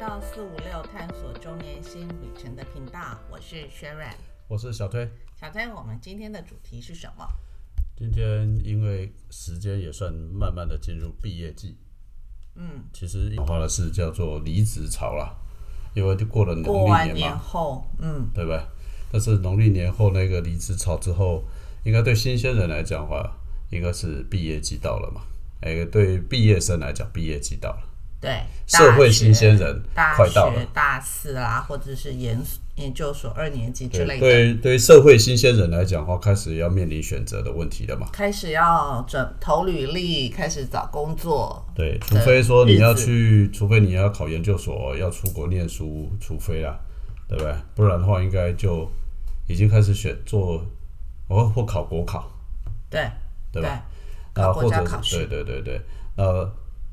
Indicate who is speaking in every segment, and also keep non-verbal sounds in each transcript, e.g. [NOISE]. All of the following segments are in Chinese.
Speaker 1: 到四五六探索中年新旅程的频道，我是 Sharon。
Speaker 2: 我是小推。
Speaker 1: 小推，我们今天的主题是什么？
Speaker 2: 今天因为时间也算慢慢的进入毕业季，
Speaker 1: 嗯，
Speaker 2: 其实讲话的是叫做离职潮啦，因为就过了
Speaker 1: 过
Speaker 2: 农
Speaker 1: 完
Speaker 2: 历
Speaker 1: 年
Speaker 2: 年嘛，
Speaker 1: 后，嗯，
Speaker 2: 对吧？但是农历年后那个离职潮之后，应该对新鲜人来讲的话，应该是毕业季到了嘛。哎，对毕业生来讲，毕业季到了，
Speaker 1: 对，
Speaker 2: 社会
Speaker 1: 大学
Speaker 2: 新鲜人
Speaker 1: 大
Speaker 2: 快到
Speaker 1: 学
Speaker 2: 了。
Speaker 1: 大四啦，或者是研研究所二年级之
Speaker 2: 对
Speaker 1: 类的，
Speaker 2: 对，对于社会新鲜人来讲的话，开始要面临选择的问题了嘛。
Speaker 1: 开始要准投履历，开始找工作，
Speaker 2: 对，除非说你要
Speaker 1: 日子
Speaker 2: 去，除非你要考研究所，要出国念书，除非啦，对不对？不然的话，应该就已经开始选做，哦，或考国考，
Speaker 1: 对
Speaker 2: 对吧？
Speaker 1: 考
Speaker 2: 那
Speaker 1: 国
Speaker 2: 或
Speaker 1: 家
Speaker 2: 者
Speaker 1: 考
Speaker 2: 是
Speaker 1: 试
Speaker 2: 对对对对，那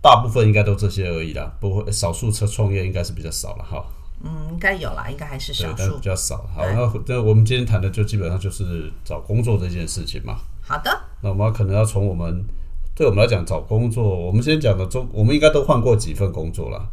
Speaker 2: 大部分应该都这些而已啦，不会少数车创业应该是比较少了哈，
Speaker 1: 嗯，应该有啦，应该还是
Speaker 2: 对
Speaker 1: 少，
Speaker 2: 但是
Speaker 1: 数
Speaker 2: 比。较少。好，
Speaker 1: 对
Speaker 2: 那那我们今天谈的就基本上就是找工作这件事情嘛。
Speaker 1: 好的，
Speaker 2: 那我们可能要从我们对我们来讲找工作，我们先讲的中，我们应该都换过几份工作啦。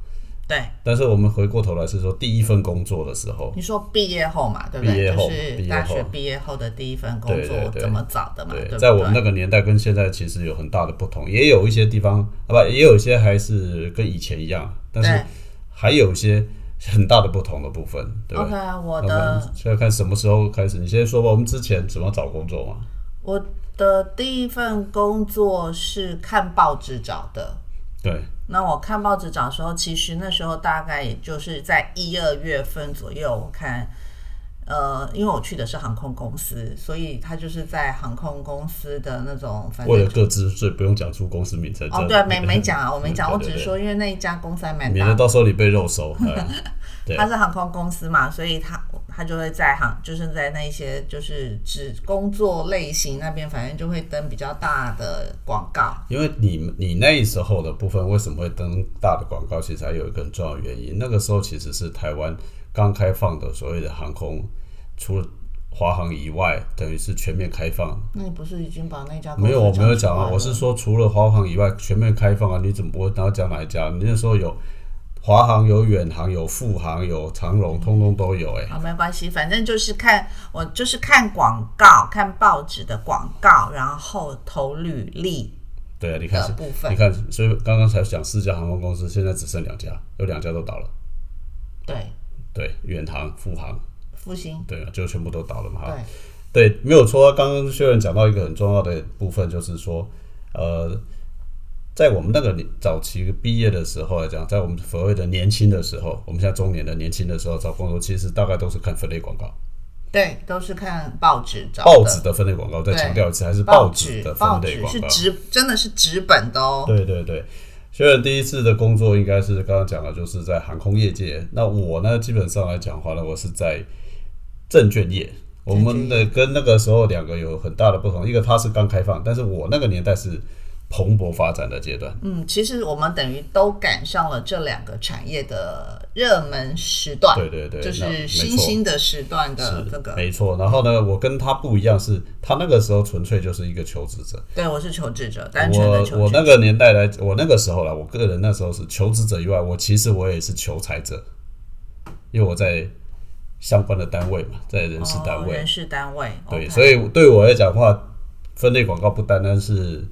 Speaker 1: 对，
Speaker 2: 但是我们回过头来是说，第一份工作的时候，
Speaker 1: 你说毕业后嘛，对不对？
Speaker 2: 毕业后
Speaker 1: 就
Speaker 2: 毕
Speaker 1: 是
Speaker 2: 业
Speaker 1: 大
Speaker 2: 后
Speaker 1: 学毕业后的第一份工
Speaker 2: 对
Speaker 1: 作
Speaker 2: 对对
Speaker 1: 怎么找的嘛，
Speaker 2: 对，
Speaker 1: 不啊对？
Speaker 2: 在我们那个年代跟现在其实有很大的不同，也有一些地方啊，不，也有一些还是跟以前一样，但
Speaker 1: 对
Speaker 2: 是还有一些很大的不同的部分，对吧？
Speaker 1: OK，我
Speaker 2: 那我
Speaker 1: 的
Speaker 2: 们现在看什么时候开始？你先说吧，我们之前怎么找工作嘛？
Speaker 1: 我的第一份工作是看报纸找的。
Speaker 2: 对，
Speaker 1: 那我看报纸找的时候，其实那时候大概也就是在一二月份左右，我看，呃，因为我去的是航空公司，所以他就是在航空公司的那种，反
Speaker 2: 为了
Speaker 1: 正
Speaker 2: 各自，所以不用讲出公司名称。
Speaker 1: 哦，
Speaker 2: 这样
Speaker 1: 对，没没讲啊，我没讲，
Speaker 2: [LAUGHS] 嗯
Speaker 1: 我
Speaker 2: 对
Speaker 1: 只是
Speaker 2: 对对
Speaker 1: 说，因为那一家公司还蛮
Speaker 2: 免
Speaker 1: 大
Speaker 2: 得
Speaker 1: 的，
Speaker 2: 到时候你被肉收。哎对
Speaker 1: 它是航空公司嘛，所以它它就会在航，就是在那一些就是指工作类型那边，反正就会登比较大的广告。
Speaker 2: 因为你们你那时候的部分为什么会登大的广告，其实还有一个很重要的原因，那个时候其实是台湾刚开放的所谓的航空，除了华航以外，等于是全面开放。
Speaker 1: 那你不是已经把那家公司
Speaker 2: 没有，我没有讲
Speaker 1: 出来
Speaker 2: 啊，
Speaker 1: 了
Speaker 2: 我是说除了华航以外全面开放啊，你怎么不会然后讲哪一家？你那时候有华航、有远航、有富航、有长荣，通通都有哎、
Speaker 1: 好，没关系，反正就是看我就是看广告，看报纸的广告，然后投履历
Speaker 2: 对啊，你看
Speaker 1: 的部分
Speaker 2: 你。看，所以刚刚才讲四家航空公司，现在只剩两家，有两家都倒了，
Speaker 1: 对，
Speaker 2: 对，远航、富航，
Speaker 1: 复兴，
Speaker 2: 对啊，就全部都倒了嘛。哈
Speaker 1: 对
Speaker 2: 对，没有错啊。刚刚薛仁讲到一个很重要的部分，就是说，呃，在我们那个年早期毕业的时候来讲，在我们所谓的年轻的时候，我们现在中年的年轻的时候找工作，其实大概都是看分类广告，
Speaker 1: 对，都是看报纸找的。
Speaker 2: 报纸的分类广告。再
Speaker 1: 对
Speaker 2: 强调一次，还是
Speaker 1: 报
Speaker 2: 纸的
Speaker 1: 报
Speaker 2: 分类
Speaker 1: 纸
Speaker 2: 广
Speaker 1: 是
Speaker 2: 告。
Speaker 1: 纸，真的是纸本的哦。
Speaker 2: 对对对，薛仁第一次的工作应该是刚刚讲的，就是在航空业界。那我呢，基本上来讲的话呢，我是在证券业。我们的跟那个时候两个有很大的不同，一个它是刚开放，但是我那个年代是蓬勃发展的阶段。
Speaker 1: 嗯，其实我们等于都赶上了这两个产业的热门时段，
Speaker 2: 对对对，
Speaker 1: 就
Speaker 2: 那没
Speaker 1: 是新
Speaker 2: 错
Speaker 1: 兴的时段的
Speaker 2: 是
Speaker 1: 哦这个。
Speaker 2: 没错。然后呢，我跟他不一样是，他那个时候纯粹就是一个求职者。
Speaker 1: 对，我是求职者，单纯的
Speaker 2: 我
Speaker 1: 求
Speaker 2: 我
Speaker 1: 职
Speaker 2: 那
Speaker 1: 者。
Speaker 2: 个年代来，我那个时候啦，我个人那时候是求职者以外，我其实我也是求财者，因为我在相关的单位嘛，在人事单
Speaker 1: 哦、
Speaker 2: 位，
Speaker 1: 人事单位，
Speaker 2: 对
Speaker 1: OK
Speaker 2: 所以对我来讲的话，分类广告不单单是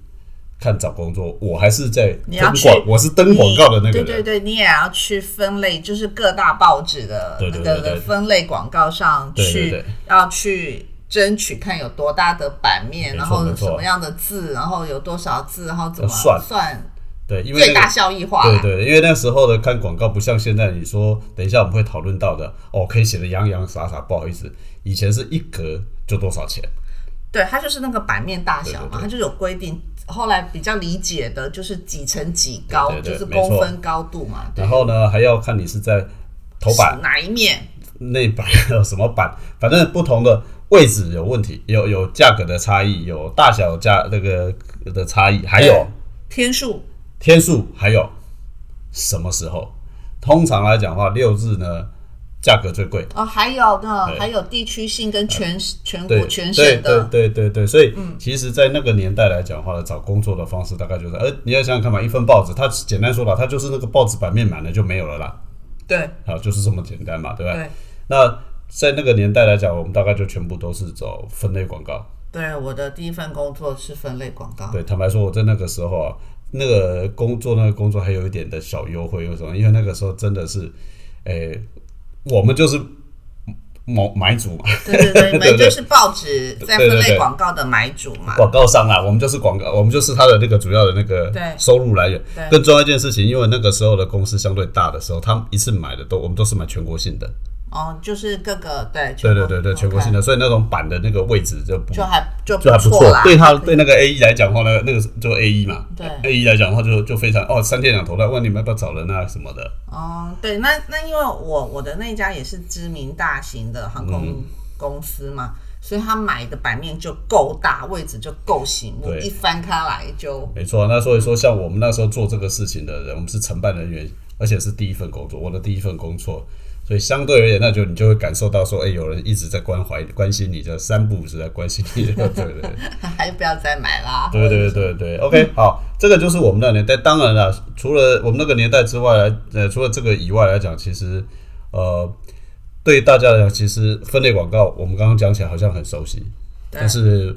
Speaker 2: 看找工作，我还是在
Speaker 1: 你
Speaker 2: 登
Speaker 1: 要去
Speaker 2: 广，我是登广告的那个
Speaker 1: 对
Speaker 2: 人，
Speaker 1: 对对，你也要去分类，就是各大报纸的
Speaker 2: 对
Speaker 1: 那
Speaker 2: 对
Speaker 1: 个
Speaker 2: 对
Speaker 1: 的
Speaker 2: 对
Speaker 1: 分类广告上去，
Speaker 2: 对对对
Speaker 1: 要去争取看有多大的版面，
Speaker 2: 没错
Speaker 1: 然后
Speaker 2: 没
Speaker 1: 什
Speaker 2: 错
Speaker 1: 么样的字，然后有多少字，然后怎么
Speaker 2: 要算对因为那
Speaker 1: 最
Speaker 2: 个
Speaker 1: 大效益化。
Speaker 2: 对对，因为那时候的看广告不像现在，你说等一下我们会讨论到的哦，可以写的洋洋洒洒，不好意思，以前是一格就多少钱，
Speaker 1: 对它就是那个版面大小嘛，
Speaker 2: 对对对
Speaker 1: 它就有规定。后来比较理解的就是几乘几高，
Speaker 2: 对对对
Speaker 1: 就是
Speaker 2: 没错
Speaker 1: 公分高度嘛。对
Speaker 2: 然后呢还要看你是在头版。
Speaker 1: 哪一面？
Speaker 2: 内版有什么版， [LAUGHS] 反正不同的位置有问题，有有价格的差异，有大小价那个的差异，还有
Speaker 1: 对天数
Speaker 2: 天数，还有什么时候？通常来讲的话，六日呢价格最贵，
Speaker 1: 哦，还有呢，
Speaker 2: 对
Speaker 1: 还有地区性跟全全
Speaker 2: 对
Speaker 1: 国全
Speaker 2: 对
Speaker 1: 省
Speaker 2: 对
Speaker 1: 的，嗯
Speaker 2: 对对对，所以其实，在那个年代来讲的话呢，找工作的方式大概就是，呃，你要想想看嘛，一份报纸，它简单说了，它就是那个报纸版面满了就没有了啦，
Speaker 1: 对
Speaker 2: 啊，就是这么简单嘛，对吧？
Speaker 1: 对
Speaker 2: 那在那个年代来讲，我们大概就全部都是走分类广告。
Speaker 1: 对，我的第一份工作是分类广告，
Speaker 2: 对，坦白说，我在那个时候啊，那个工作那个工作还有一点的小优惠，为什么？因为那个时候真的是，诶、我们就是某买主嘛， [LAUGHS]
Speaker 1: 对对对，你
Speaker 2: 对
Speaker 1: 们
Speaker 2: 对
Speaker 1: 就是报纸在
Speaker 2: 对
Speaker 1: 分
Speaker 2: 对
Speaker 1: 类
Speaker 2: 对
Speaker 1: 广告的买主嘛，
Speaker 2: 广告商啊，我们就是广告，我们就是他的那个主要的那个
Speaker 1: 对
Speaker 2: 收入来源。
Speaker 1: 对
Speaker 2: 更重要一件事情，因为那个时候的公司相对大的时候，他们一次买的都我们都是买全国性的，
Speaker 1: 哦，就是各个对，
Speaker 2: 对
Speaker 1: 全
Speaker 2: 对
Speaker 1: 国
Speaker 2: 对对，全国
Speaker 1: OK
Speaker 2: 性的，所以那种版的那个位置就不
Speaker 1: 就还就
Speaker 2: 就还不
Speaker 1: 错
Speaker 2: 错
Speaker 1: 啦，，
Speaker 2: 对他对那个 A 一来讲的话呢，那个是就 A 一嘛，
Speaker 1: 对
Speaker 2: A 一来讲的话就就非常哦，三天两头来问你们要不要找人啊什么的，
Speaker 1: 哦，对，那那因为我我的那一家也是知名大型的航
Speaker 2: 嗯
Speaker 1: 空公司嘛，所以他买的版面就够大，位置就够醒目，
Speaker 2: 对
Speaker 1: 一翻开来就 [LAUGHS]
Speaker 2: 没错。啊那所以说，像我们那时候做这个事情的人，我们是承办人员，而且是第一份工作，我的第一份工作，所以相对而言，那就你就会感受到说，哎，有人一直在关怀关心你，这三不五时在关心你，对对对。
Speaker 1: 还不要再买啦。
Speaker 2: 对
Speaker 1: 或者
Speaker 2: 对
Speaker 1: 是
Speaker 2: 对对，OK，好，这个就是我们那个年代。当然了，除了我们那个年代之外，呃，除了这个以外来讲，其实呃，对大家来讲，其实分类广告，我们刚刚讲起来好像很熟悉，
Speaker 1: 对
Speaker 2: 但是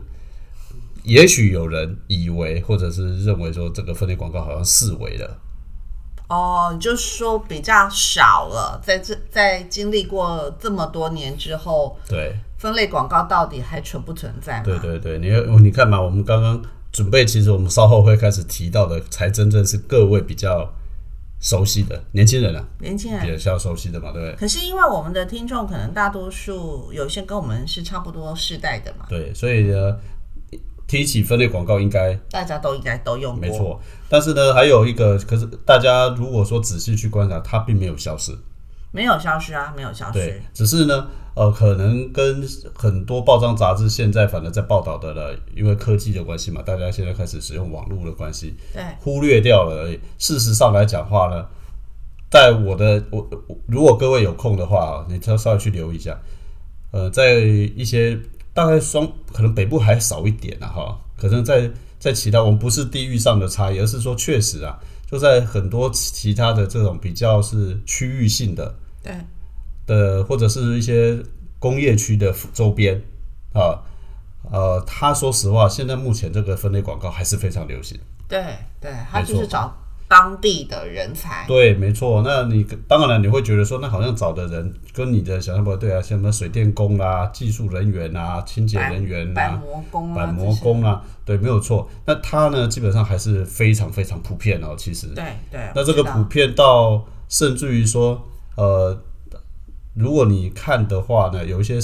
Speaker 2: 也许有人以为或者是认为说这个分类广告好像四维了，
Speaker 1: 哦，就是说比较少了，在这在经历过这么多年之后，
Speaker 2: 对
Speaker 1: 分类广告到底还存不存在嘛？
Speaker 2: 对对对，你你看嘛，我们刚刚准备，其实我们稍后会开始提到的，才真正是各位比较熟悉的年轻人啊，
Speaker 1: 年轻
Speaker 2: 比
Speaker 1: 人。
Speaker 2: 较熟悉的嘛，对不对？
Speaker 1: 可是因为我们的听众可能大多数有一些跟我们是差不多世代的嘛，
Speaker 2: 对，所以呢，提起分类广告应该
Speaker 1: 大家都应该都用过。
Speaker 2: 没错，但是呢，还有一个，可是大家如果说仔细去观察，它并没有消失，
Speaker 1: 没有消失啊，没有消
Speaker 2: 对
Speaker 1: 失。，
Speaker 2: 只是呢，呃，可能跟很多报章杂志现在反而在报道的了，因为科技的关系嘛，大家现在开始使用网络的关系，
Speaker 1: 对
Speaker 2: 忽略掉了而已。事实上来讲话呢，在我的我我如果各位有空的话，你稍稍微去留意一下，呃，在一些大概双可能北部还少一点啊哈，可能在在其他我们不是地域上的差异，而是说确实啊，就在很多其他的这种比较是区域性的
Speaker 1: 对
Speaker 2: 的或者是一些工业区的周边啊。呃，他说实话，现在目前这个分类广告还是非常流行。
Speaker 1: 对对，他
Speaker 2: 没
Speaker 1: 就是
Speaker 2: 错
Speaker 1: 找当地的人才。
Speaker 2: 对，没错。那你当然了，你会觉得说，那好像找的人跟你的想象不对啊，像什么水电工啦、技术人员啊、清洁人员
Speaker 1: 板
Speaker 2: 啊、
Speaker 1: 模工啊，
Speaker 2: 板模工啦、对，没有错。那它呢，基本上还是非常非常普遍哦，其实
Speaker 1: 这。些。对对。
Speaker 2: 那
Speaker 1: 我
Speaker 2: 这
Speaker 1: 知
Speaker 2: 个
Speaker 1: 道
Speaker 2: 普遍到甚至于说，呃，如果你看的话呢，有一些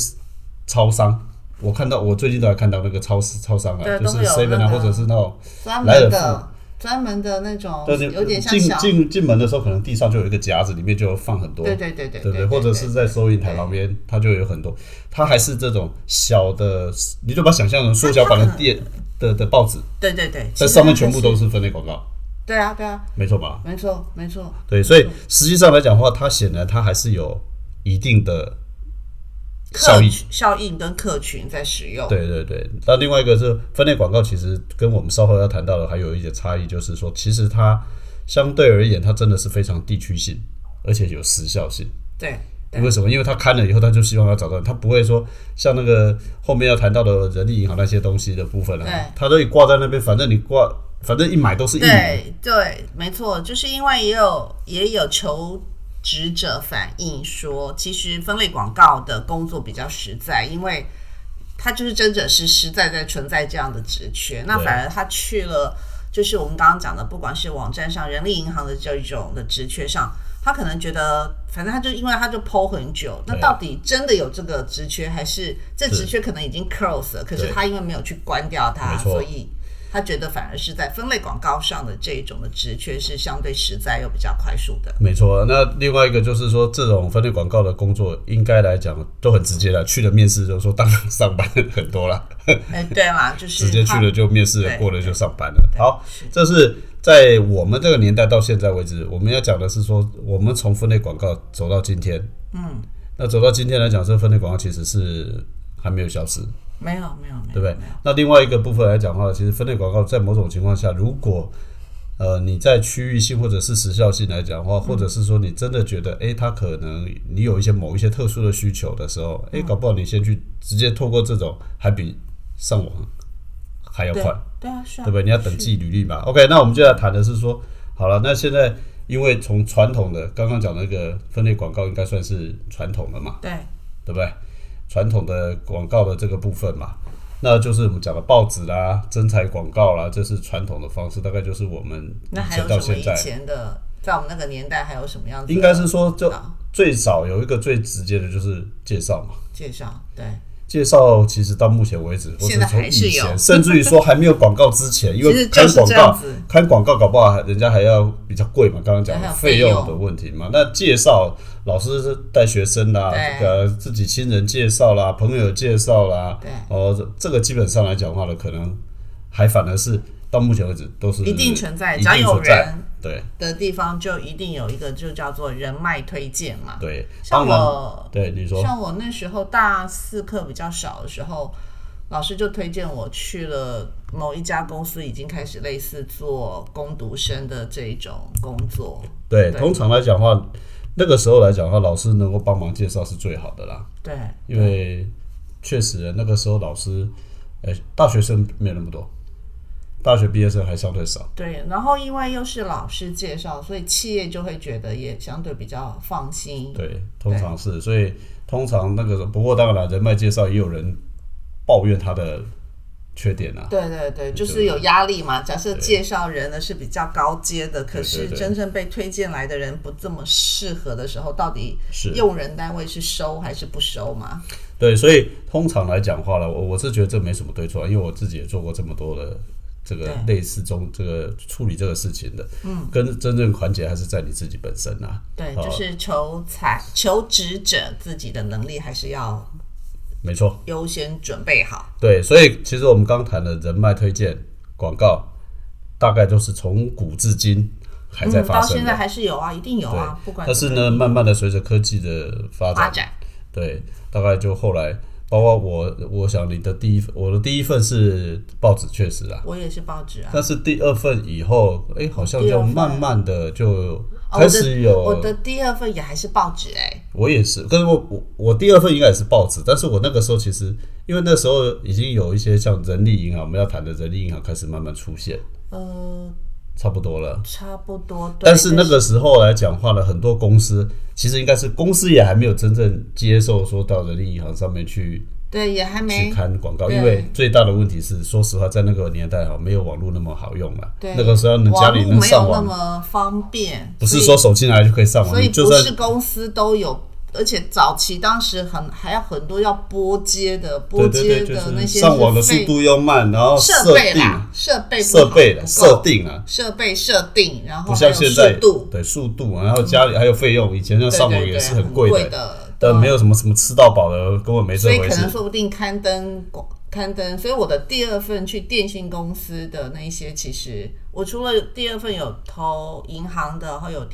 Speaker 2: 超商。我看到，我最近都还看到那个超市超商啊，
Speaker 1: 对
Speaker 2: 就
Speaker 1: 都
Speaker 2: 是
Speaker 1: 会有
Speaker 2: seven
Speaker 1: 那个
Speaker 2: 啊，或者是那种，
Speaker 1: 专
Speaker 2: 莱尔
Speaker 1: 门
Speaker 2: 富
Speaker 1: 的专门的那种
Speaker 2: 对，，
Speaker 1: 有点像
Speaker 2: 进
Speaker 1: 小。
Speaker 2: 进进门的时候，可能地上就有一个夹子，里面就有放很多
Speaker 1: 对对对对
Speaker 2: 对不
Speaker 1: 对，
Speaker 2: 对？或者是在收银台
Speaker 1: 对
Speaker 2: 旁边，它就有很多，它还是这种小的，你就把它想象成缩小版的电的的报纸，
Speaker 1: 对对对，
Speaker 2: 在
Speaker 1: 嗯其实
Speaker 2: 上面
Speaker 1: 还
Speaker 2: 全部都
Speaker 1: 是。
Speaker 2: 是分类广告，
Speaker 1: 对啊对啊，
Speaker 2: 没错吧？
Speaker 1: 没错没错。
Speaker 2: 对，所以实际上来讲的话，它显然它还是有一定的效
Speaker 1: 客
Speaker 2: 益。
Speaker 1: 群效应跟客群在使用。
Speaker 2: 对对对，那另外一个是分类广告，其实跟我们稍后要谈到的还有一些差异，就是说，其实它相对而言，它真的是非常地区性，而且有时效性。
Speaker 1: 对对
Speaker 2: 为什么？因为他看了以后，他就希望要找到你，他不会说像那个后面要谈到的人力银行那些东西的部分
Speaker 1: 对
Speaker 2: 啊，他都已挂在那边，反正你挂，反正一买都是一年。
Speaker 1: 对对，没错，就是因为也有也有求职者反映说，其实分类广告的工作比较实在，因为它就是真真实实在在存在这样的职缺，那
Speaker 2: 对
Speaker 1: 反而他去了。就是我们刚刚讲的，不管是网站上、人力银行的这种的职缺上，他可能觉得，反正他就因为他就剖很久，那
Speaker 2: 对
Speaker 1: 到底真的有这个职缺，还是这
Speaker 2: 是
Speaker 1: 职缺可能已经 close 了，可是
Speaker 2: 对
Speaker 1: 他因为没有去关掉它，
Speaker 2: 没错
Speaker 1: 啊所以他觉得反而是在分类广告上的这一种的职缺是相对实在又比较快速
Speaker 2: [LAUGHS]
Speaker 1: 的。
Speaker 2: 没错，那另外一个就是说，这种分类广告的工作，应该来讲都很直接了。去了面试就说，当然上班很多啦，
Speaker 1: 哎，对啦，就是
Speaker 2: 直接去
Speaker 1: 他
Speaker 2: 了就面试了，
Speaker 1: 对
Speaker 2: 过了就上班了。好
Speaker 1: 是，
Speaker 2: 这是在我们这个年代到现在为止，我们要讲的是说，我们从分类广告走到今天，
Speaker 1: 嗯，
Speaker 2: 那走到今天来讲，这分类广告其实是还没有消失，
Speaker 1: 没有没有没有，
Speaker 2: 对不对
Speaker 1: 没有？
Speaker 2: 那另外一个部分来讲的话，其实分类广告在某种情况下，如果呃，你在区域性或者是时效性来讲的
Speaker 1: 嗯
Speaker 2: 话，或者是说你真的觉得，诶，它可能你有一些某一些特殊的需求的时候，
Speaker 1: 嗯
Speaker 2: 诶，搞不好你先去直接透过这种，还比上网还要
Speaker 1: 对
Speaker 2: 快。
Speaker 1: 对啊，是啊，
Speaker 2: 对不对？你要等
Speaker 1: 是
Speaker 2: 自己履历嘛。OK，那我们就要谈的是说，好了，那现在因为从传统的刚刚讲那个分类广告，应该算是传统的嘛，
Speaker 1: 对
Speaker 2: 对不对？传统的广告的这个部分嘛，那就是我们讲的报纸啦、征才广告啦，这是传统的方式，大概就是我们
Speaker 1: 那
Speaker 2: 以
Speaker 1: 还
Speaker 2: 前
Speaker 1: 有
Speaker 2: 到
Speaker 1: 什么
Speaker 2: 现
Speaker 1: 以
Speaker 2: 在，
Speaker 1: 前的，在我们那个年代还有什么样子的？
Speaker 2: 应该是说就
Speaker 1: 啊
Speaker 2: 最少有一个最直接的就是介绍嘛。
Speaker 1: 介绍，对
Speaker 2: 介绍其实到目前为止，或
Speaker 1: 现
Speaker 2: 者
Speaker 1: 在
Speaker 2: 从
Speaker 1: 还
Speaker 2: 以
Speaker 1: 是有
Speaker 2: 前，甚至于说还没有广告之前，
Speaker 1: [LAUGHS]
Speaker 2: 因
Speaker 1: 其实
Speaker 2: 为
Speaker 1: 就
Speaker 2: 看
Speaker 1: 是
Speaker 2: 广
Speaker 1: 这
Speaker 2: 告
Speaker 1: 样子，
Speaker 2: 看广告搞不好人家还要比较贵嘛，刚刚讲
Speaker 1: 还
Speaker 2: 的
Speaker 1: 有
Speaker 2: 费
Speaker 1: 费
Speaker 2: 用的问题嘛。那介绍老师是带学生啦，
Speaker 1: 对
Speaker 2: 这个自己亲人介绍啦，朋友介绍啦，
Speaker 1: 对
Speaker 2: 哦，这这个基本上来讲的话呢，可能还反而是到目前为止都是
Speaker 1: 一定存在，
Speaker 2: 嗯一
Speaker 1: 只要
Speaker 2: 定
Speaker 1: 有
Speaker 2: 存在，
Speaker 1: 人
Speaker 2: 对
Speaker 1: 的地方，就一定有一个就叫做人脉推荐嘛。
Speaker 2: 对，
Speaker 1: 像
Speaker 2: 当然
Speaker 1: 我，
Speaker 2: 对你说
Speaker 1: 像我那时候大四课比较少的时候，老师就推荐我去了某一家公司，已经开始类似做攻读生的这一种工作。
Speaker 2: 对，
Speaker 1: 对
Speaker 2: 通常来讲的话，那个时候来讲的话，老师能够帮忙介绍是最好的啦。
Speaker 1: 对，
Speaker 2: 因为确实那个时候老师，呃，大学生没有那么多，大学毕业生还相对少。
Speaker 1: 对，然后因为又是老师介绍，所以企业就会觉得也相对比较放心。
Speaker 2: 对，通常是，所以通常那个不过当然了，人脉介绍也有人抱怨他的缺点啊。
Speaker 1: 对对对，就
Speaker 2: 就是
Speaker 1: 有压力嘛。假设
Speaker 2: 对
Speaker 1: 介绍人呢是比较高阶的，可
Speaker 2: 对
Speaker 1: 是
Speaker 2: 对
Speaker 1: 真正被推荐来的人不这么适合的时候，到底
Speaker 2: 是
Speaker 1: 用人单位是收还是不收嘛？
Speaker 2: 对，所以通常来讲话呢，我我是觉得这没什么对错，啊因为我自己也做过这么多的这个类似中这个处理这个事情的，嗯，跟真正环节还是在你自己本身啊。
Speaker 1: 对，
Speaker 2: 好
Speaker 1: 就是求财求职者自己的能力还是要
Speaker 2: 没错，
Speaker 1: 优先准备好。
Speaker 2: 对，所以其实我们刚谈的人脉推荐广告，大概都是从古至今还在
Speaker 1: 嗯，
Speaker 2: 发
Speaker 1: 到
Speaker 2: 生
Speaker 1: 现在
Speaker 2: 的。
Speaker 1: 还是有啊，一定有啊，不管
Speaker 2: 但是
Speaker 1: 怎么
Speaker 2: 呢，慢慢的随着科技的发
Speaker 1: 发
Speaker 2: 展，
Speaker 1: 展，
Speaker 2: 对，大概就后来，包括我，我想你的第一，我的第一份是报纸，确实啊，
Speaker 1: 我也是报纸啊。
Speaker 2: 但是第二份以后，哎，好像
Speaker 1: 第二
Speaker 2: 就
Speaker 1: 份
Speaker 2: 慢慢的就
Speaker 1: 哦
Speaker 2: 开始有，
Speaker 1: 我的我的第二份也还是报纸哎、
Speaker 2: 我也是，可是我我我第二份应该也是报纸，但是我那个时候其实，因为那时候已经有一些像人力银行，我们要谈的人力银行开始慢慢出现，
Speaker 1: 呃，
Speaker 2: 差不多了。
Speaker 1: 差不多。对
Speaker 2: 但是那个时候来讲话呢，很多公司其实应该是公司也还没有真正接受说到人力银行上面去
Speaker 1: 对也还
Speaker 2: 去
Speaker 1: 没
Speaker 2: 看广告，
Speaker 1: 对
Speaker 2: 因为最大的问题是，说实话，在那个年代哈，没有网络那么好用了。
Speaker 1: 对
Speaker 2: 那个时候，你家里
Speaker 1: 网络
Speaker 2: 能
Speaker 1: 没有
Speaker 2: 上
Speaker 1: 那
Speaker 2: 网，
Speaker 1: 么方便，
Speaker 2: 不是
Speaker 1: 所
Speaker 2: 说手机拿来就可以上
Speaker 1: 以
Speaker 2: 网，
Speaker 1: 所
Speaker 2: 你
Speaker 1: 以
Speaker 2: 就
Speaker 1: 不
Speaker 2: 算
Speaker 1: 是公司都有。而且早期当时很还要很多要拨接的，拨
Speaker 2: 对对
Speaker 1: 接
Speaker 2: 对，就
Speaker 1: 的那
Speaker 2: 是
Speaker 1: 些
Speaker 2: 上网的
Speaker 1: 是费
Speaker 2: 速度又慢，然后
Speaker 1: 设备
Speaker 2: 定
Speaker 1: 啦，设备不
Speaker 2: 设
Speaker 1: 好
Speaker 2: 备
Speaker 1: 不
Speaker 2: 的
Speaker 1: 够
Speaker 2: 设定啊，
Speaker 1: 设备设定，然后
Speaker 2: 不
Speaker 1: 还有
Speaker 2: 像现在
Speaker 1: 速度，
Speaker 2: 对速度，啊然后家里还有费用，以前要
Speaker 1: 对
Speaker 2: 上网
Speaker 1: 对
Speaker 2: 也
Speaker 1: 对
Speaker 2: 是
Speaker 1: 很
Speaker 2: 贵
Speaker 1: 的，啊
Speaker 2: 的，但没有什么什么吃到饱的，根本没这
Speaker 1: 所以
Speaker 2: 回
Speaker 1: 可能
Speaker 2: 事。
Speaker 1: 说不定刊登广刊登，所以我的第二份去电信公司的那一些，其实我除了第二份有投银行的，然后有投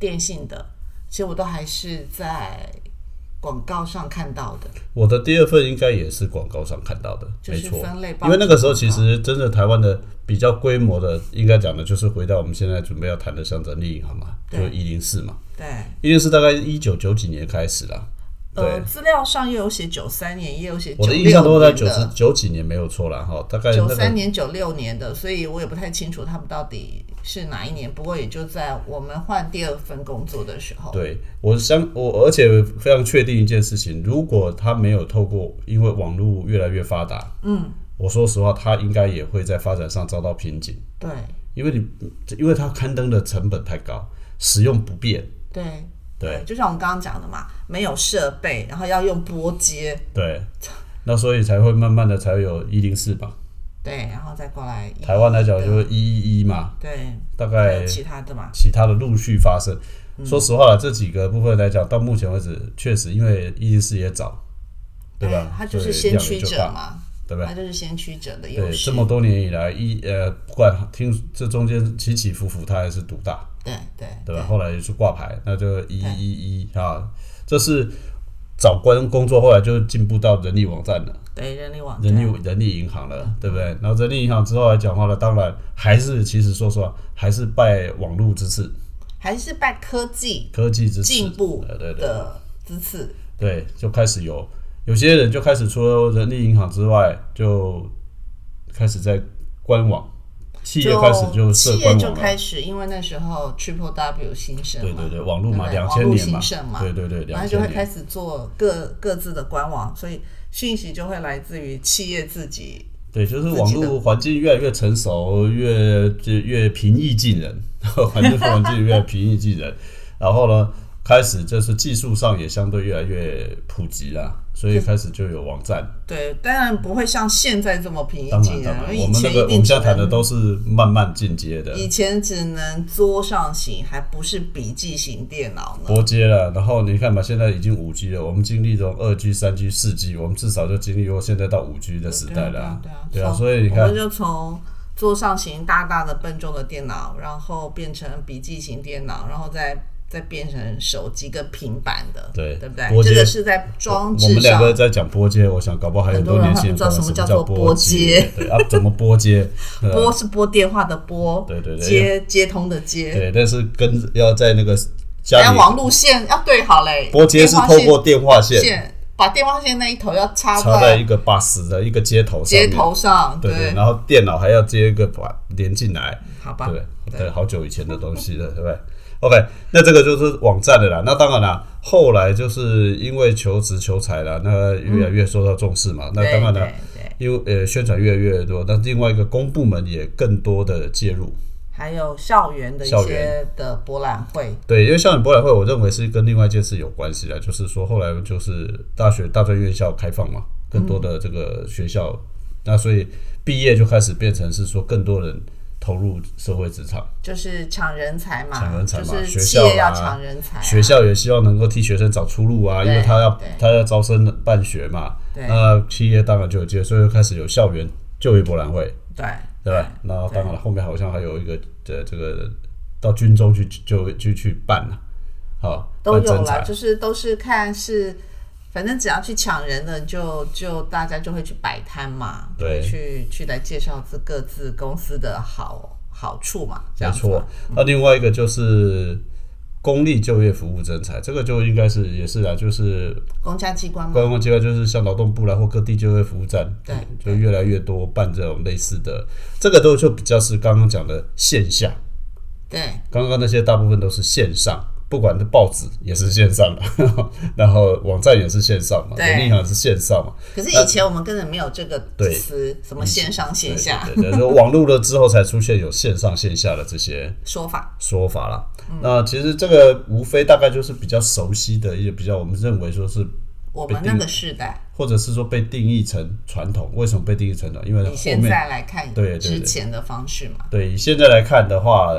Speaker 1: 电信的，其实我都还是在广告上看到的，
Speaker 2: 我的第二份应该也是广告上看到的，
Speaker 1: 就
Speaker 2: 没
Speaker 1: 是
Speaker 2: 错。
Speaker 1: 分类报
Speaker 2: 因
Speaker 1: 纸广告。
Speaker 2: 为那个时候其实真的台湾的比较规模的，应该讲的就是回到我们现在准备要谈的像人力银行嘛，就
Speaker 1: 对
Speaker 2: 是一零四嘛，
Speaker 1: 对，
Speaker 2: 一零四大概一九九几年开始啦。
Speaker 1: 呃，
Speaker 2: 对，
Speaker 1: 资料上又有写九三年，也有写
Speaker 2: 我
Speaker 1: 九
Speaker 2: 的
Speaker 1: 六
Speaker 2: 印象
Speaker 1: 年
Speaker 2: 都在九十
Speaker 1: 的。
Speaker 2: 九几年没有错啦，哈，大概那
Speaker 1: 九
Speaker 2: 个
Speaker 1: 三年、九六年的，所以我也不太清楚他们到底是哪一年。不过也就在我们换第二份工作的时候，
Speaker 2: 对，我相我而且非常确定一件事情，如果他没有透过，因为网络越来越发达，嗯，我说实话，他应该也会在发展上遭到瓶颈，
Speaker 1: 对
Speaker 2: 因为你因为他刊登的成本太高，使用不便，
Speaker 1: 对
Speaker 2: 对，
Speaker 1: 就像我们刚刚讲的嘛，没有设备，然后要用拨接，
Speaker 2: 对，那所以才会慢慢的才会有一零四吧，
Speaker 1: 对，然后再过来
Speaker 2: 台湾来讲
Speaker 1: 啊
Speaker 2: 就是一一一嘛，
Speaker 1: 对，
Speaker 2: 大
Speaker 1: 还
Speaker 2: 概
Speaker 1: 有其他的嘛，
Speaker 2: 其他的陆续发生。
Speaker 1: 嗯
Speaker 2: 说实话了，这几个部分来讲，到目前为止，确实因为一零四也早，对吧？
Speaker 1: 哎他就是
Speaker 2: 所以
Speaker 1: 先
Speaker 2: 量也
Speaker 1: 驱
Speaker 2: 就
Speaker 1: 者
Speaker 2: 大，
Speaker 1: 嘛，
Speaker 2: 对吧
Speaker 1: 他？就是先驱者的优
Speaker 2: 对，
Speaker 1: 势
Speaker 2: 这，么多年以来，一呃，不管听这中间起起伏伏，他还是独大，
Speaker 1: 对对
Speaker 2: 对吧？后来就去挂牌，那就一一一啊，这是找关工作，后来就进步到人力网站了，
Speaker 1: 对人力网站
Speaker 2: 人力人力银行了，对不对？然后人力银行之后来讲话呢，当然还是其实说实话，还是拜网络之赐，
Speaker 1: 还是拜科技
Speaker 2: 科技之赐，
Speaker 1: 进步
Speaker 2: 对对对
Speaker 1: 的支持，
Speaker 2: 对，就开始有有些人就开始除了人力银行之外，就开始在官网，企业开始就设
Speaker 1: 企
Speaker 2: 官
Speaker 1: 业就
Speaker 2: 网了。
Speaker 1: 开始，因为那时候 Triple W 兴盛
Speaker 2: 对
Speaker 1: 嘛，
Speaker 2: 对对，网络嘛，
Speaker 1: 对
Speaker 2: 两
Speaker 1: 不对网
Speaker 2: 千
Speaker 1: 络
Speaker 2: 年嘛
Speaker 1: 兴盛，嘛，
Speaker 2: 对对对，
Speaker 1: 然
Speaker 2: 两
Speaker 1: 后就
Speaker 2: 千
Speaker 1: 会
Speaker 2: 年
Speaker 1: 开。始做各各自的官网，所以讯息就会来自于企业自己。
Speaker 2: 对，就是
Speaker 1: 自
Speaker 2: 网
Speaker 1: 己的
Speaker 2: 络环境越来越成熟，越就越平易近人， [LAUGHS] 环境环境越来越平易近人。然后呢，开始就是技术上也相对越来越普及啦，所以开始就有网站。
Speaker 1: 对，当然不会像现在这么平易
Speaker 2: 当
Speaker 1: 近
Speaker 2: 然，
Speaker 1: 人
Speaker 2: 当，然，
Speaker 1: 因为
Speaker 2: 我
Speaker 1: 以
Speaker 2: 们那
Speaker 1: 前
Speaker 2: 个
Speaker 1: 一
Speaker 2: 我们
Speaker 1: 定只嗯
Speaker 2: 现在谈的
Speaker 1: 能
Speaker 2: 都是慢慢进阶的，
Speaker 1: 以前只能桌上型，还不是笔记型电脑呢。
Speaker 2: 拨接了。然后你看嘛，现在已经五 G 了，我们经历从二 G、三 G、四 G，我们至少就经历过现在到五 G 的时代了啊。
Speaker 1: 对啊，
Speaker 2: 对啊，
Speaker 1: 从
Speaker 2: 所以你
Speaker 1: 我
Speaker 2: 看
Speaker 1: 们，就从桌上型大大的笨重的电脑，然后变成笔记型电脑，然后再再变成手机跟平板的，
Speaker 2: 对
Speaker 1: 对不对？
Speaker 2: 拨接
Speaker 1: 这个是在装
Speaker 2: 我
Speaker 1: 置
Speaker 2: 们两
Speaker 1: 上
Speaker 2: 个在讲波接，我想搞不好还有
Speaker 1: 很多人
Speaker 2: 年轻人
Speaker 1: 还不知道
Speaker 2: 不
Speaker 1: 什么叫
Speaker 2: 叫
Speaker 1: 做
Speaker 2: 波
Speaker 1: 接，
Speaker 2: 对啊，怎么
Speaker 1: [LAUGHS]
Speaker 2: 波接？对啊
Speaker 1: 拨是拨电话的拨，
Speaker 2: 对对对
Speaker 1: 接接通的接，
Speaker 2: 对，但是跟要在那个
Speaker 1: 还
Speaker 2: 家
Speaker 1: 有
Speaker 2: 里
Speaker 1: 网路线要对好嘞，
Speaker 2: 波接是
Speaker 1: 电话
Speaker 2: 透
Speaker 1: 线
Speaker 2: 过电话线
Speaker 1: 线，把电话线那一头要插
Speaker 2: 插在一个 bus 的一个接头上
Speaker 1: 接
Speaker 2: 面，
Speaker 1: 头上，
Speaker 2: 对对，然后电脑还要接一个把连进来，
Speaker 1: 好吧，
Speaker 2: 对
Speaker 1: 对
Speaker 2: 对，好久以前的东西了，对不对？OK，那这个就是网站的啦。那当然啦，后来就是因为求职求财啦，那越来越受到重视嘛。那
Speaker 1: 对
Speaker 2: 当然
Speaker 1: 对
Speaker 2: 啦，
Speaker 1: 对，
Speaker 2: 因为呃宣传越来越多，那另外一个公部门也更多的介入。
Speaker 1: 还有校园的一
Speaker 2: 校
Speaker 1: 些的博览会，
Speaker 2: 对，因为校园博览会，我认为是跟另外一件事有关系的，就是说后来就是大学大专院校开放嘛，更多的这个学校，那所以毕业就开始变成是说更多人投入社会职场。
Speaker 1: 就是抢人才嘛，
Speaker 2: 抢人才嘛
Speaker 1: 就是
Speaker 2: 学
Speaker 1: 企
Speaker 2: 校
Speaker 1: 业要
Speaker 2: 啦
Speaker 1: 抢人才啊、
Speaker 2: 学校也希望能够替学生找出路啊，因
Speaker 1: 对
Speaker 2: 为他要
Speaker 1: 对
Speaker 2: 他要招生办学嘛。
Speaker 1: 对
Speaker 2: 那企业当然就有机会，所以就开始有校园就业博览会，
Speaker 1: 对
Speaker 2: 对吧？那当然了，后面好像还有一个呃，这个到军中去就就去办了、好
Speaker 1: 都
Speaker 2: 办
Speaker 1: 有啦，
Speaker 2: 征才。
Speaker 1: 就是都是看是，反正只要去抢人的就，就大家就会去摆摊嘛，
Speaker 2: 对
Speaker 1: 去去来介绍自各自公司的好好处嘛，这
Speaker 2: 没
Speaker 1: 样子嗯嘛
Speaker 2: 错，，那另外一个就是公立就业服务征才，这个就应该是也是啦，就是
Speaker 1: 公家机关嘛，
Speaker 2: 观光计划就是像劳动部啦或各地就业服务站，
Speaker 1: 对
Speaker 2: 就越来越多办这种类似的，这个都就比较是刚刚讲的线下，
Speaker 1: 对，
Speaker 2: 刚刚那些大部分都是线上。不管是报纸也是线上的， [LAUGHS] 然后网站也是线上嘛，
Speaker 1: 对
Speaker 2: 人力银行也是线上嘛，
Speaker 1: 可是以前我们根本没有这个
Speaker 2: 对
Speaker 1: 词，什么线上线下
Speaker 2: 对对对，就网络了之后才出现有线上线下的这些
Speaker 1: 说法，
Speaker 2: 说法啦。
Speaker 1: 嗯
Speaker 2: 那其实这个无非大概就是比较熟悉的一些比较，我们认为说是，
Speaker 1: 我们
Speaker 2: 被
Speaker 1: 那
Speaker 2: 定
Speaker 1: 个世代，
Speaker 2: 或者是说被定义成传统。为什么被定义成传统？因为
Speaker 1: 你
Speaker 2: 呃后
Speaker 1: 现
Speaker 2: 面
Speaker 1: 在来看
Speaker 2: 对对对
Speaker 1: 之前的方式嘛，
Speaker 2: 对以现在来看的话，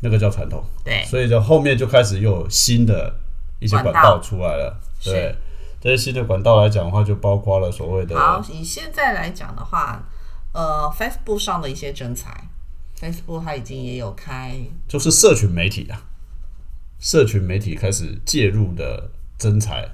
Speaker 2: 那个叫传统，
Speaker 1: 对
Speaker 2: 所以就后面就开始又有新的一些管
Speaker 1: 管道
Speaker 2: 道出来了。
Speaker 1: 是
Speaker 2: 对，这些新的管道来讲的话，就包括了所谓的
Speaker 1: 好，以现在来讲的话，呃，Facebook 上的一些征才，Facebook 它已经也有开，
Speaker 2: 就是社群媒体啊，社群媒体开始介入的征才，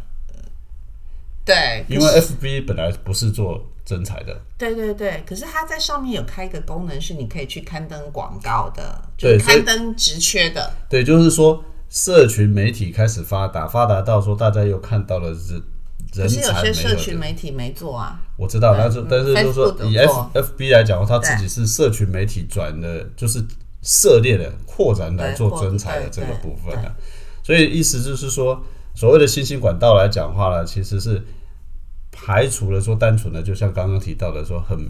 Speaker 1: 对，
Speaker 2: 因为 FB 本来不是做征才的，
Speaker 1: 对对对，可是它在上面有开一个功能，是你可以去刊登广告的，就
Speaker 2: 对
Speaker 1: 是
Speaker 2: 所以
Speaker 1: 刊登职缺的，
Speaker 2: 对，就是说社群媒体开始发达，发达到说大家又看到了人
Speaker 1: 可
Speaker 2: 人
Speaker 1: 是
Speaker 2: 才
Speaker 1: 有
Speaker 2: 没
Speaker 1: 些
Speaker 2: 有
Speaker 1: 社群
Speaker 2: 的
Speaker 1: 媒体没做啊，
Speaker 2: 我知道，但是
Speaker 1: 嗯
Speaker 2: 但是就是说
Speaker 1: Facebook
Speaker 2: 以
Speaker 1: 有
Speaker 2: F
Speaker 1: 做
Speaker 2: F B 来讲，它
Speaker 1: 对
Speaker 2: 自己是社群媒体转的，就是涉猎的扩展来
Speaker 1: 对
Speaker 2: 做
Speaker 1: 扩
Speaker 2: 征才的这
Speaker 1: 对
Speaker 2: 个
Speaker 1: 对
Speaker 2: 部分的、所以意思就是说，所谓的新兴管道来讲话呢，其实是排除了说单纯的，就像刚刚提到的说很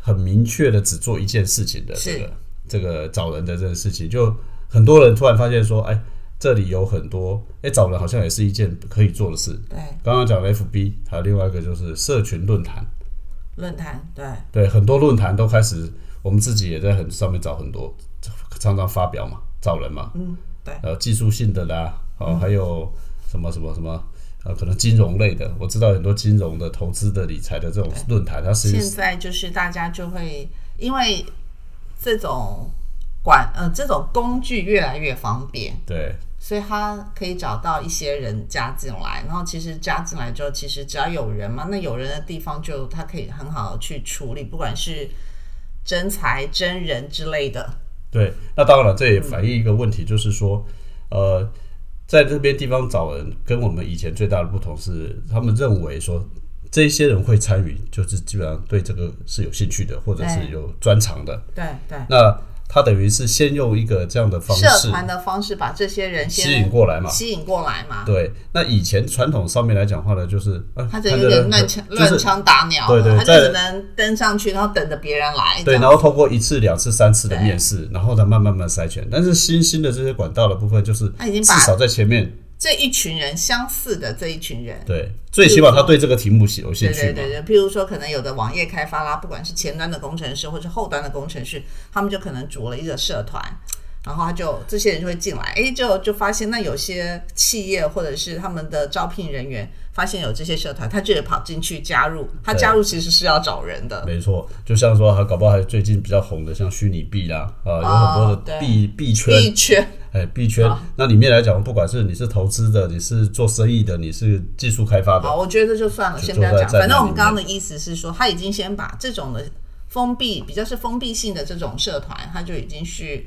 Speaker 2: 很明确的只做一件事情的这
Speaker 1: 是
Speaker 2: 个这个找人的这个事情，就很多人突然发现说，哎，这里有很多，哎，找人好像也是一件可以做的事。
Speaker 1: 对，
Speaker 2: 刚刚讲的 FB，还有另外一个就是社群论坛。
Speaker 1: 论坛，对
Speaker 2: 对，很多论坛都开始，我们自己也在很上面找很多，常常发表嘛，找人嘛，嗯，
Speaker 1: 对，嗯
Speaker 2: 呃，技术性的啦，哦，还有什么什么什么，呃，可能金融类的，我知道很多金融的、投资的、理财的这种论坛，它是
Speaker 1: 现在就是大家就会因为这种管呃这种工具越来越方便，
Speaker 2: 对
Speaker 1: 所以他可以找到一些人加进来，然后其实加进来之后，其实只要有人嘛，那有人的地方就他可以很好的去处理，不管是真才真人之类的。
Speaker 2: 对，那当然这也反映一个问题，就是说，呃，在这边地方找人跟我们以前最大的不同是，他们认为说这些人会参与，就是基本上对这个是有兴趣的，或者是有专长的。
Speaker 1: 对对，
Speaker 2: 那他等于是先用一个这样的方
Speaker 1: 社
Speaker 2: 式
Speaker 1: 团的方式把这些人先
Speaker 2: 吸引过来嘛。
Speaker 1: 吸引过来嘛，
Speaker 2: 对，那以前传统上面来讲话呢，就是啊，
Speaker 1: 他
Speaker 2: 看
Speaker 1: 就
Speaker 2: 着
Speaker 1: 有点乱枪
Speaker 2: 就
Speaker 1: 乱
Speaker 2: 是
Speaker 1: 枪打鸟了，
Speaker 2: 对对
Speaker 1: 他就
Speaker 2: 在
Speaker 1: 只能登上去，然后等着别人来。
Speaker 2: 对，
Speaker 1: 这样
Speaker 2: 然后通过一次、两次、三次的
Speaker 1: 对
Speaker 2: 面试，然后再慢慢慢筛选。但是新兴的这些管道的部分，就是
Speaker 1: 他已经
Speaker 2: 至
Speaker 1: 把
Speaker 2: 少在前面，
Speaker 1: 这一群人相似的这一群人，
Speaker 2: 对，最起码他对这个题目是有兴
Speaker 1: 对
Speaker 2: 趣
Speaker 1: 对
Speaker 2: 嘛
Speaker 1: 对。对，譬如说可能有的网页开发啦，不管是前端的工程师或是后端的工程师，他们就可能组了一个社团，然后他就这些人就会进来，诶，就就发现那有些企业或者是他们的招聘人员发现有这些社团，他就得跑进去加入，他
Speaker 2: 对
Speaker 1: 加入其实是要找人的，
Speaker 2: 没错，就像说，还搞不好还最近比较红的，像虚拟币啦，啊、有很多
Speaker 1: 哦对
Speaker 2: 的币币圈，
Speaker 1: 币哦圈
Speaker 2: 哎，币圈。那里面来讲，不管是你是投资的，你是做生意的，你是技术开发的，
Speaker 1: 好，我觉得这就算了，
Speaker 2: 就
Speaker 1: 先不要
Speaker 2: 坐在
Speaker 1: 讲。
Speaker 2: 在
Speaker 1: 反正
Speaker 2: 那
Speaker 1: 我们
Speaker 2: 里
Speaker 1: 刚刚的意思是说，他已经先把这种的封闭，比较是封闭性的这种社团，他就已经是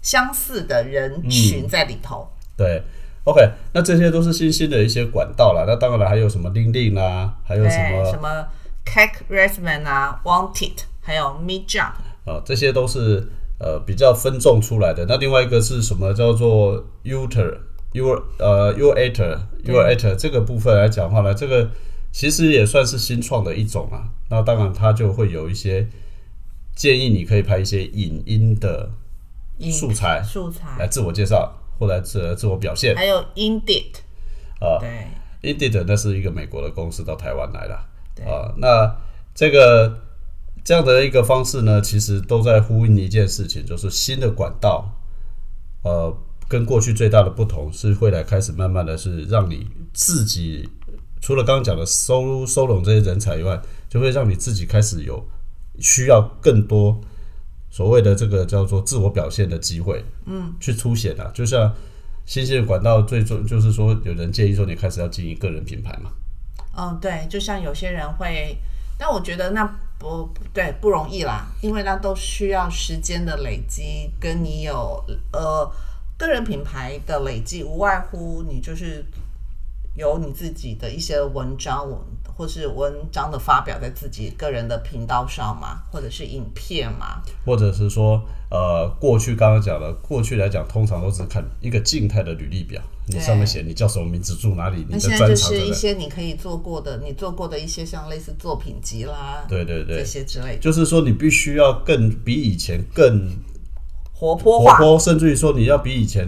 Speaker 1: 相似的人群在里头。
Speaker 2: 对，OK，那这些都是新兴的一些管道啦。那当然还有什么 LinkedIn 啦，还有
Speaker 1: 对，
Speaker 2: 什么
Speaker 1: 什么 Cake Resume 啊，Wanted，还有 Me Job，
Speaker 2: 啊，这些都是呃比较分众出来的。那另外一个是什么叫做 Uter U 呃 Uater Uater E 这个部分来讲的话呢，这个其实也算是新创的一种啊。那当然它就会有一些建议，你可以拍一些影音的
Speaker 1: 影
Speaker 2: 素材
Speaker 1: 素材，
Speaker 2: 来自我介绍或来自自我表现
Speaker 1: 还有 Indeed，
Speaker 2: 啊。
Speaker 1: 对
Speaker 2: Indeed 那是一个美国的公司到台湾来了
Speaker 1: 对
Speaker 2: 啊、那这个这样的一个方式呢，其实都在呼应一件事情，就是新的管道，呃，跟过去最大的不同是会来开始慢慢的是让你自己除了刚刚讲的收收拢这些人才以外，就会让你自己开始有需要更多所谓的这个叫做自我表现的机会，嗯，去凸显啊，就像。新兴的管道最重就是说，有人建议说你开始要经营个人品牌嘛？
Speaker 1: 嗯，对，就像有些人会，但我觉得那不对不容易啦，因为那都需要时间的累积，跟你有呃个人品牌的累积，无外乎你就是有你自己的一些文章文或是文章的发表在自己个人的频道上嘛，或者是影片嘛，
Speaker 2: 或者是说，呃，过去刚刚讲的，过去来讲，通常都是看一个静态的履历表，你
Speaker 1: 对
Speaker 2: 上面写你叫什么名字，住哪里，你
Speaker 1: 那
Speaker 2: 的
Speaker 1: 现在
Speaker 2: 专
Speaker 1: 就
Speaker 2: 长
Speaker 1: 是
Speaker 2: 怎
Speaker 1: 一
Speaker 2: 么
Speaker 1: 些你可以做过的，你做过的一些像类似作品集啦，
Speaker 2: 对对
Speaker 1: 这
Speaker 2: 对，
Speaker 1: 些之类的，
Speaker 2: 就是说你必须要更比以前更
Speaker 1: 活泼
Speaker 2: 活
Speaker 1: 化，
Speaker 2: 泼，甚至于说你要比以前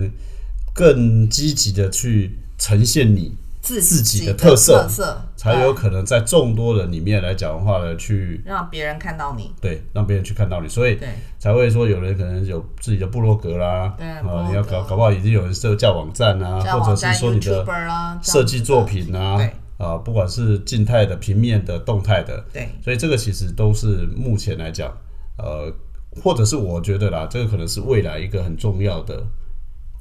Speaker 2: 更积极的去呈现你，
Speaker 1: 自
Speaker 2: 自己
Speaker 1: 己
Speaker 2: 的
Speaker 1: 特
Speaker 2: 特色才
Speaker 1: 对
Speaker 2: 有可能在众多人里面来讲的话呢，去
Speaker 1: 让别人看到你。
Speaker 2: 对让别人去看到你，所以
Speaker 1: 对
Speaker 2: 才会说有人可能有自己的部落格啦，
Speaker 1: 对
Speaker 2: 啊、
Speaker 1: 部落格
Speaker 2: 你要搞搞不好已经有人设教网站啊，
Speaker 1: 像
Speaker 2: 或
Speaker 1: 网
Speaker 2: 者
Speaker 1: 站
Speaker 2: 是说你的
Speaker 1: YouTuber 啦，这样
Speaker 2: 设计
Speaker 1: 子的
Speaker 2: 作，品啊
Speaker 1: 对，
Speaker 2: 啊，不管是静态的、平面的、动态的，
Speaker 1: 对
Speaker 2: 所以这个其实都是目前来讲，呃，或者是我觉得啦，这个可能是未来一个很重要的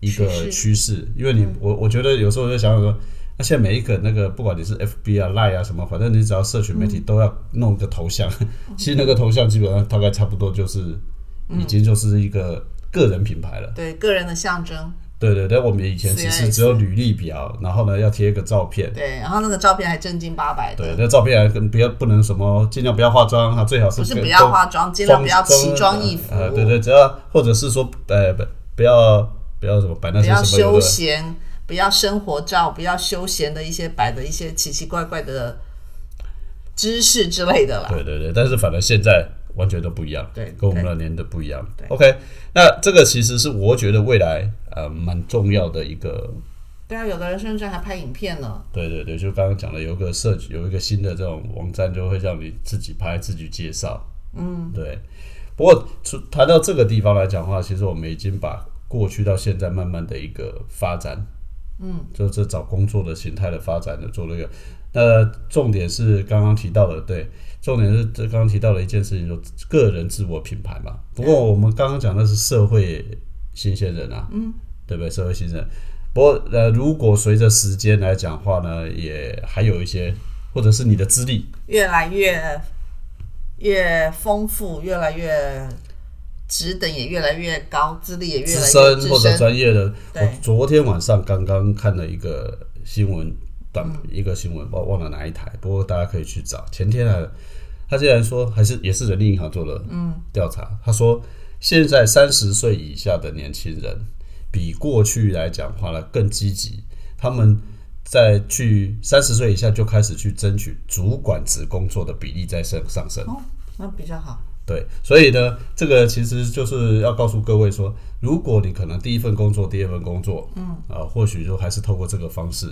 Speaker 2: 一个
Speaker 1: 趋势嗯
Speaker 2: 趋势，因为你我我觉得有时候我就想想说。那现在每一个那个，不管你是 FB 啊、Line 啊什么，反正你只要社群
Speaker 1: 嗯
Speaker 2: 媒体都要弄一个头像。 [LAUGHS] 其实那个头像基本上大概差不多就是，已经就是一个个人品牌了。
Speaker 1: 对个人的象征，
Speaker 2: 对对对，我们以前只
Speaker 1: 啊
Speaker 2: 是只有履历表，然后呢要贴一个照片。
Speaker 1: 对，然后那个照片还正经八百
Speaker 2: 对
Speaker 1: 的，，
Speaker 2: 那照片还跟不要不能什么，尽量不要化妆啊，最好是
Speaker 1: 不是
Speaker 2: 跟
Speaker 1: 不要化妆，尽量不要奇装异服，
Speaker 2: 啊，对对，只要或者是说，呃，不不要不要什么摆那
Speaker 1: 不
Speaker 2: 些
Speaker 1: 要
Speaker 2: 什么有
Speaker 1: 休
Speaker 2: 的，
Speaker 1: 闲，不要生活照，不要休闲的一些摆的一些奇奇怪怪的姿势之类的啦。
Speaker 2: 对对对，但是反正现在完全都不一样，
Speaker 1: 对
Speaker 2: 跟我
Speaker 1: 对
Speaker 2: 们那年的不一样
Speaker 1: 对。
Speaker 2: OK，那这个其实是我觉得未来呃蛮重要的一个，
Speaker 1: 对啊，有的人甚至还拍影片呢。
Speaker 2: 对对对，就刚刚讲的，有一个社有一个新的这种网站，就会让你自己拍自己介绍，嗯，对。不过除谈到这个地方来讲的话，其实我们已经把过去到现在慢慢的一个发展，嗯，就这找工作的形态的发展的做了一个。那重点是刚刚提到的，对，重点是这刚刚提到的一件事情，就个人自我品牌嘛。不过我们刚刚讲的是社会新鲜人啊，嗯，对不对？社会新鲜人，不过呃，如果随着时间来讲话呢，也还有一些，或者是你的资历，
Speaker 1: 越来越越丰富，越来越职等也越来越高，资历也越
Speaker 2: 资
Speaker 1: 来越
Speaker 2: 深
Speaker 1: 资
Speaker 2: 或者专业的。
Speaker 1: 对
Speaker 2: 我昨天晚上刚刚看了一个新闻短，一个新闻，忘忘了哪一台，不过大家可以去找。前天啊，他竟然说还是也是人力银行做了调查，他说现在三十岁以下的年轻人比过去来讲话呢更积极，他们。在去三十岁以下就开始去争取主管职工作的比例在上上升，
Speaker 1: 哦，那比较好。
Speaker 2: 对，所以呢，这个其实就是要告诉各位说，如果你可能第一份工作、第二份工作，嗯，啊、或许就还是透过这个方式，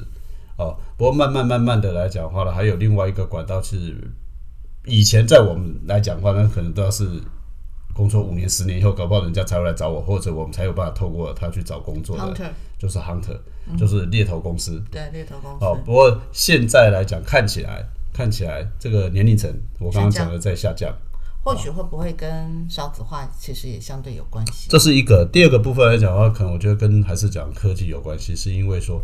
Speaker 2: 哦、不过慢慢慢慢的来讲话呢，还有另外一个管道是，以前在我们来讲话呢，可能都要是工作五年、十年以后，搞不好人家才会来找我，或者我们才有办法透过他去找工作的，
Speaker 1: Hunter 嗯
Speaker 2: 就是 hunter，、就是猎头公司，
Speaker 1: 对猎头公司，
Speaker 2: 哦，不过现在来讲，看起来看起来这个年龄层，我刚刚
Speaker 1: 下降
Speaker 2: 讲的在下降。
Speaker 1: 或许会不会跟少子化其实也相对有关系？
Speaker 2: 这是一个。第二个部分来讲的话，可能我觉得跟还是讲科技有关系，是因为说，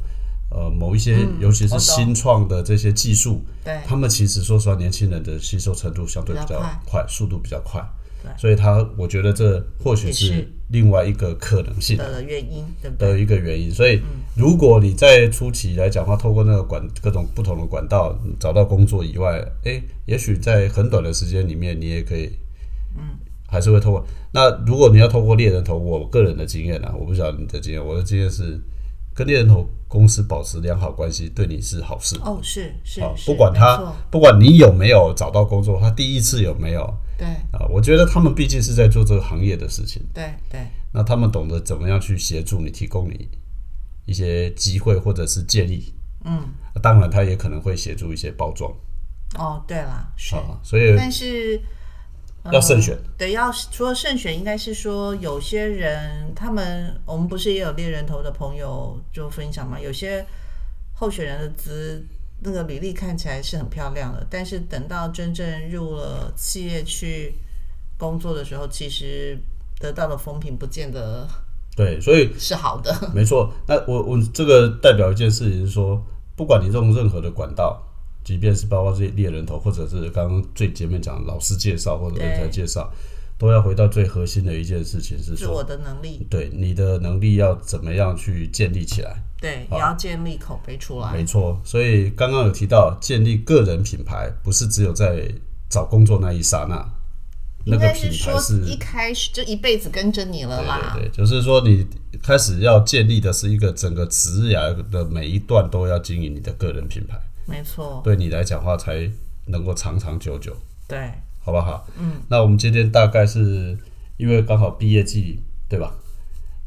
Speaker 2: 呃，某一些、尤其
Speaker 1: 我
Speaker 2: 是
Speaker 1: 懂
Speaker 2: 新创的这些技术，
Speaker 1: 嗯对，
Speaker 2: 他们其实说实话，年轻人的吸收程度相对比
Speaker 1: 比较
Speaker 2: 较
Speaker 1: 快
Speaker 2: 快，速度比较快
Speaker 1: 对，
Speaker 2: 所以他我觉得这或许
Speaker 1: 也
Speaker 2: 是
Speaker 1: 是
Speaker 2: 另外一个可能性。
Speaker 1: 的原因对不对？
Speaker 2: 的一个原因。所以，如果你在初期来讲的话，透过那个管各种不同的管道找到工作以外，诶、也许在很短的时间里面，你也可以，嗯，还是会透过。那如果你要透过猎人头，我个人的经验啊，我不晓得你的经验，我的经验是跟猎人头公司保持良好关系，对你是好事。
Speaker 1: 哦，是是
Speaker 2: 好，，
Speaker 1: 是
Speaker 2: 不管
Speaker 1: 没错
Speaker 2: 他，不管你有没有找到工作，他第一次有没有
Speaker 1: 对
Speaker 2: 啊？我觉得他们毕竟是在做这个行业的事情。
Speaker 1: 对对，
Speaker 2: 那他们懂得怎么样去协助你，提供你一些机会或者是建议。啊
Speaker 1: 嗯，
Speaker 2: 当然，他也可能会协助一些包装
Speaker 1: 哦，对啦，是，
Speaker 2: 啊，所以
Speaker 1: 但是。呃
Speaker 2: 要慎选。
Speaker 1: 对，要除了慎选，应该是说有些人他们，我们不是也有猎人头的朋友就分享嘛？有些候选人的资那个履历看起来是很漂亮的，但是等到真正入了企业去工作的时候，其实得到的风评不见得
Speaker 2: 对，
Speaker 1: [LAUGHS]
Speaker 2: 所以
Speaker 1: 是好
Speaker 2: [LAUGHS]
Speaker 1: 的。
Speaker 2: 没错。那我我这个代表一件事情是说，不管你用任何的管道，即便是包括这些猎人头，或者是刚刚最前面讲的老师介绍或者人才
Speaker 1: 对
Speaker 2: 介绍，都要回到最核心的一件事情是
Speaker 1: 自
Speaker 2: 说，
Speaker 1: 我的能力，
Speaker 2: 对你的能力要怎么样去建立起来。
Speaker 1: 对，也要建立口碑出来。
Speaker 2: 没错，所以刚刚有提到建立个人品牌，不是只有在找工作那一刹那，那
Speaker 1: 应
Speaker 2: 个
Speaker 1: 该
Speaker 2: 品
Speaker 1: 是
Speaker 2: 牌
Speaker 1: 说
Speaker 2: 是，
Speaker 1: 一开始就一辈子跟着你了
Speaker 2: 对
Speaker 1: 啦。
Speaker 2: 对对，就是说你开始要建立的是一个整个职涯的每一段都要经营你的个人品牌，
Speaker 1: 没错，
Speaker 2: 对你来讲话才能够长长久久，
Speaker 1: 对，
Speaker 2: 好不好？嗯，那我们今天大概是因为刚好毕业季，对吧？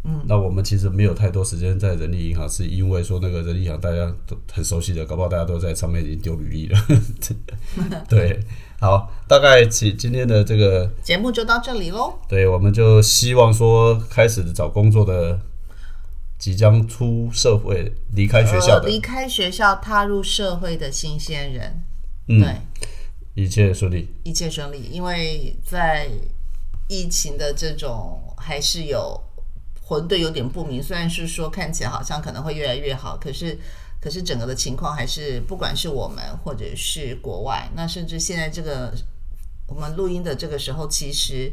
Speaker 2: 嗯，那我们其实没有太多时间在人力银行，是因为说那个人力银行大家都很熟悉的，搞不好大家都在上面已经丢履历了。 [LAUGHS] 对，好，大概今今天的这个，
Speaker 1: 节目就到这里喽。
Speaker 2: 对，我们就希望说开始找工作的，即将出社会离开学校
Speaker 1: 呃
Speaker 2: 的，
Speaker 1: 离开学校踏入社会的新鲜人，
Speaker 2: 嗯，
Speaker 1: 对，
Speaker 2: 一切顺利。
Speaker 1: 一切顺利。因为在疫情的这种还是有混沌有点不明，虽然是说看起来好像可能会越来越好，可是。可是整个的情况还是，不管是我们或者是国外，那甚至现在这个我们录音的这个时候，其实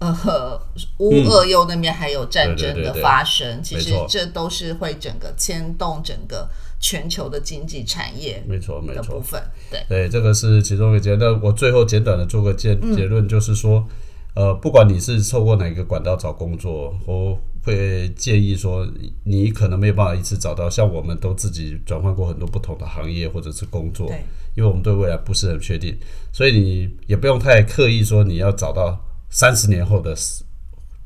Speaker 1: 呃，乌俄又那边还有战争
Speaker 2: 对对对
Speaker 1: 的
Speaker 2: 对
Speaker 1: 发生，其实
Speaker 2: 嗯没错
Speaker 1: 这都是会整个牵动整个全球的经济产业
Speaker 2: 没错，嗯没
Speaker 1: 的
Speaker 2: 错
Speaker 1: 部。分。对，
Speaker 2: 对，这个是其中一个结论。那我最后简短的做个结
Speaker 1: 嗯
Speaker 2: 结论，就是说，呃，不管你是透过哪个管道找工作，我会建议说，你可能没有办法一次找到，像我们都自己转换过很多不同的行业或者是工作，
Speaker 1: 对，
Speaker 2: 因为我们对未来不是很确定，所以你也不用太刻意说你要找到三十年后的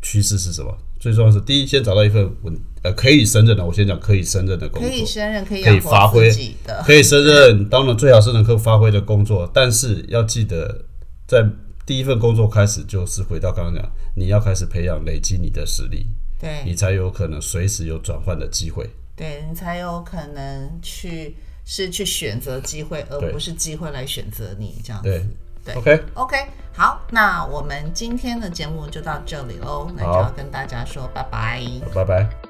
Speaker 2: 趋势是什么。最重要的是，第一，先找到一份稳呃可以胜任的，我先讲可以胜任的工
Speaker 1: 可
Speaker 2: 作，
Speaker 1: 以胜任，可以
Speaker 2: 可以
Speaker 1: 养活
Speaker 2: 发挥
Speaker 1: 自己的，
Speaker 2: 可以胜任，当然最好是能够发挥的工作，但是要记得，在第一份工作开始，就是回到刚刚讲，你要开始培养、累积你的实力，
Speaker 1: 对
Speaker 2: 你才有可能随时有转换的机会。
Speaker 1: 对，你才有可能去是去选择机会，而
Speaker 2: 对
Speaker 1: 不是机会来选择你这样子。
Speaker 2: 对
Speaker 1: 对
Speaker 2: o k
Speaker 1: OK，好，那我们今天的节目就到这里喽，那就
Speaker 2: 好
Speaker 1: 要跟大家说拜拜。
Speaker 2: 拜拜。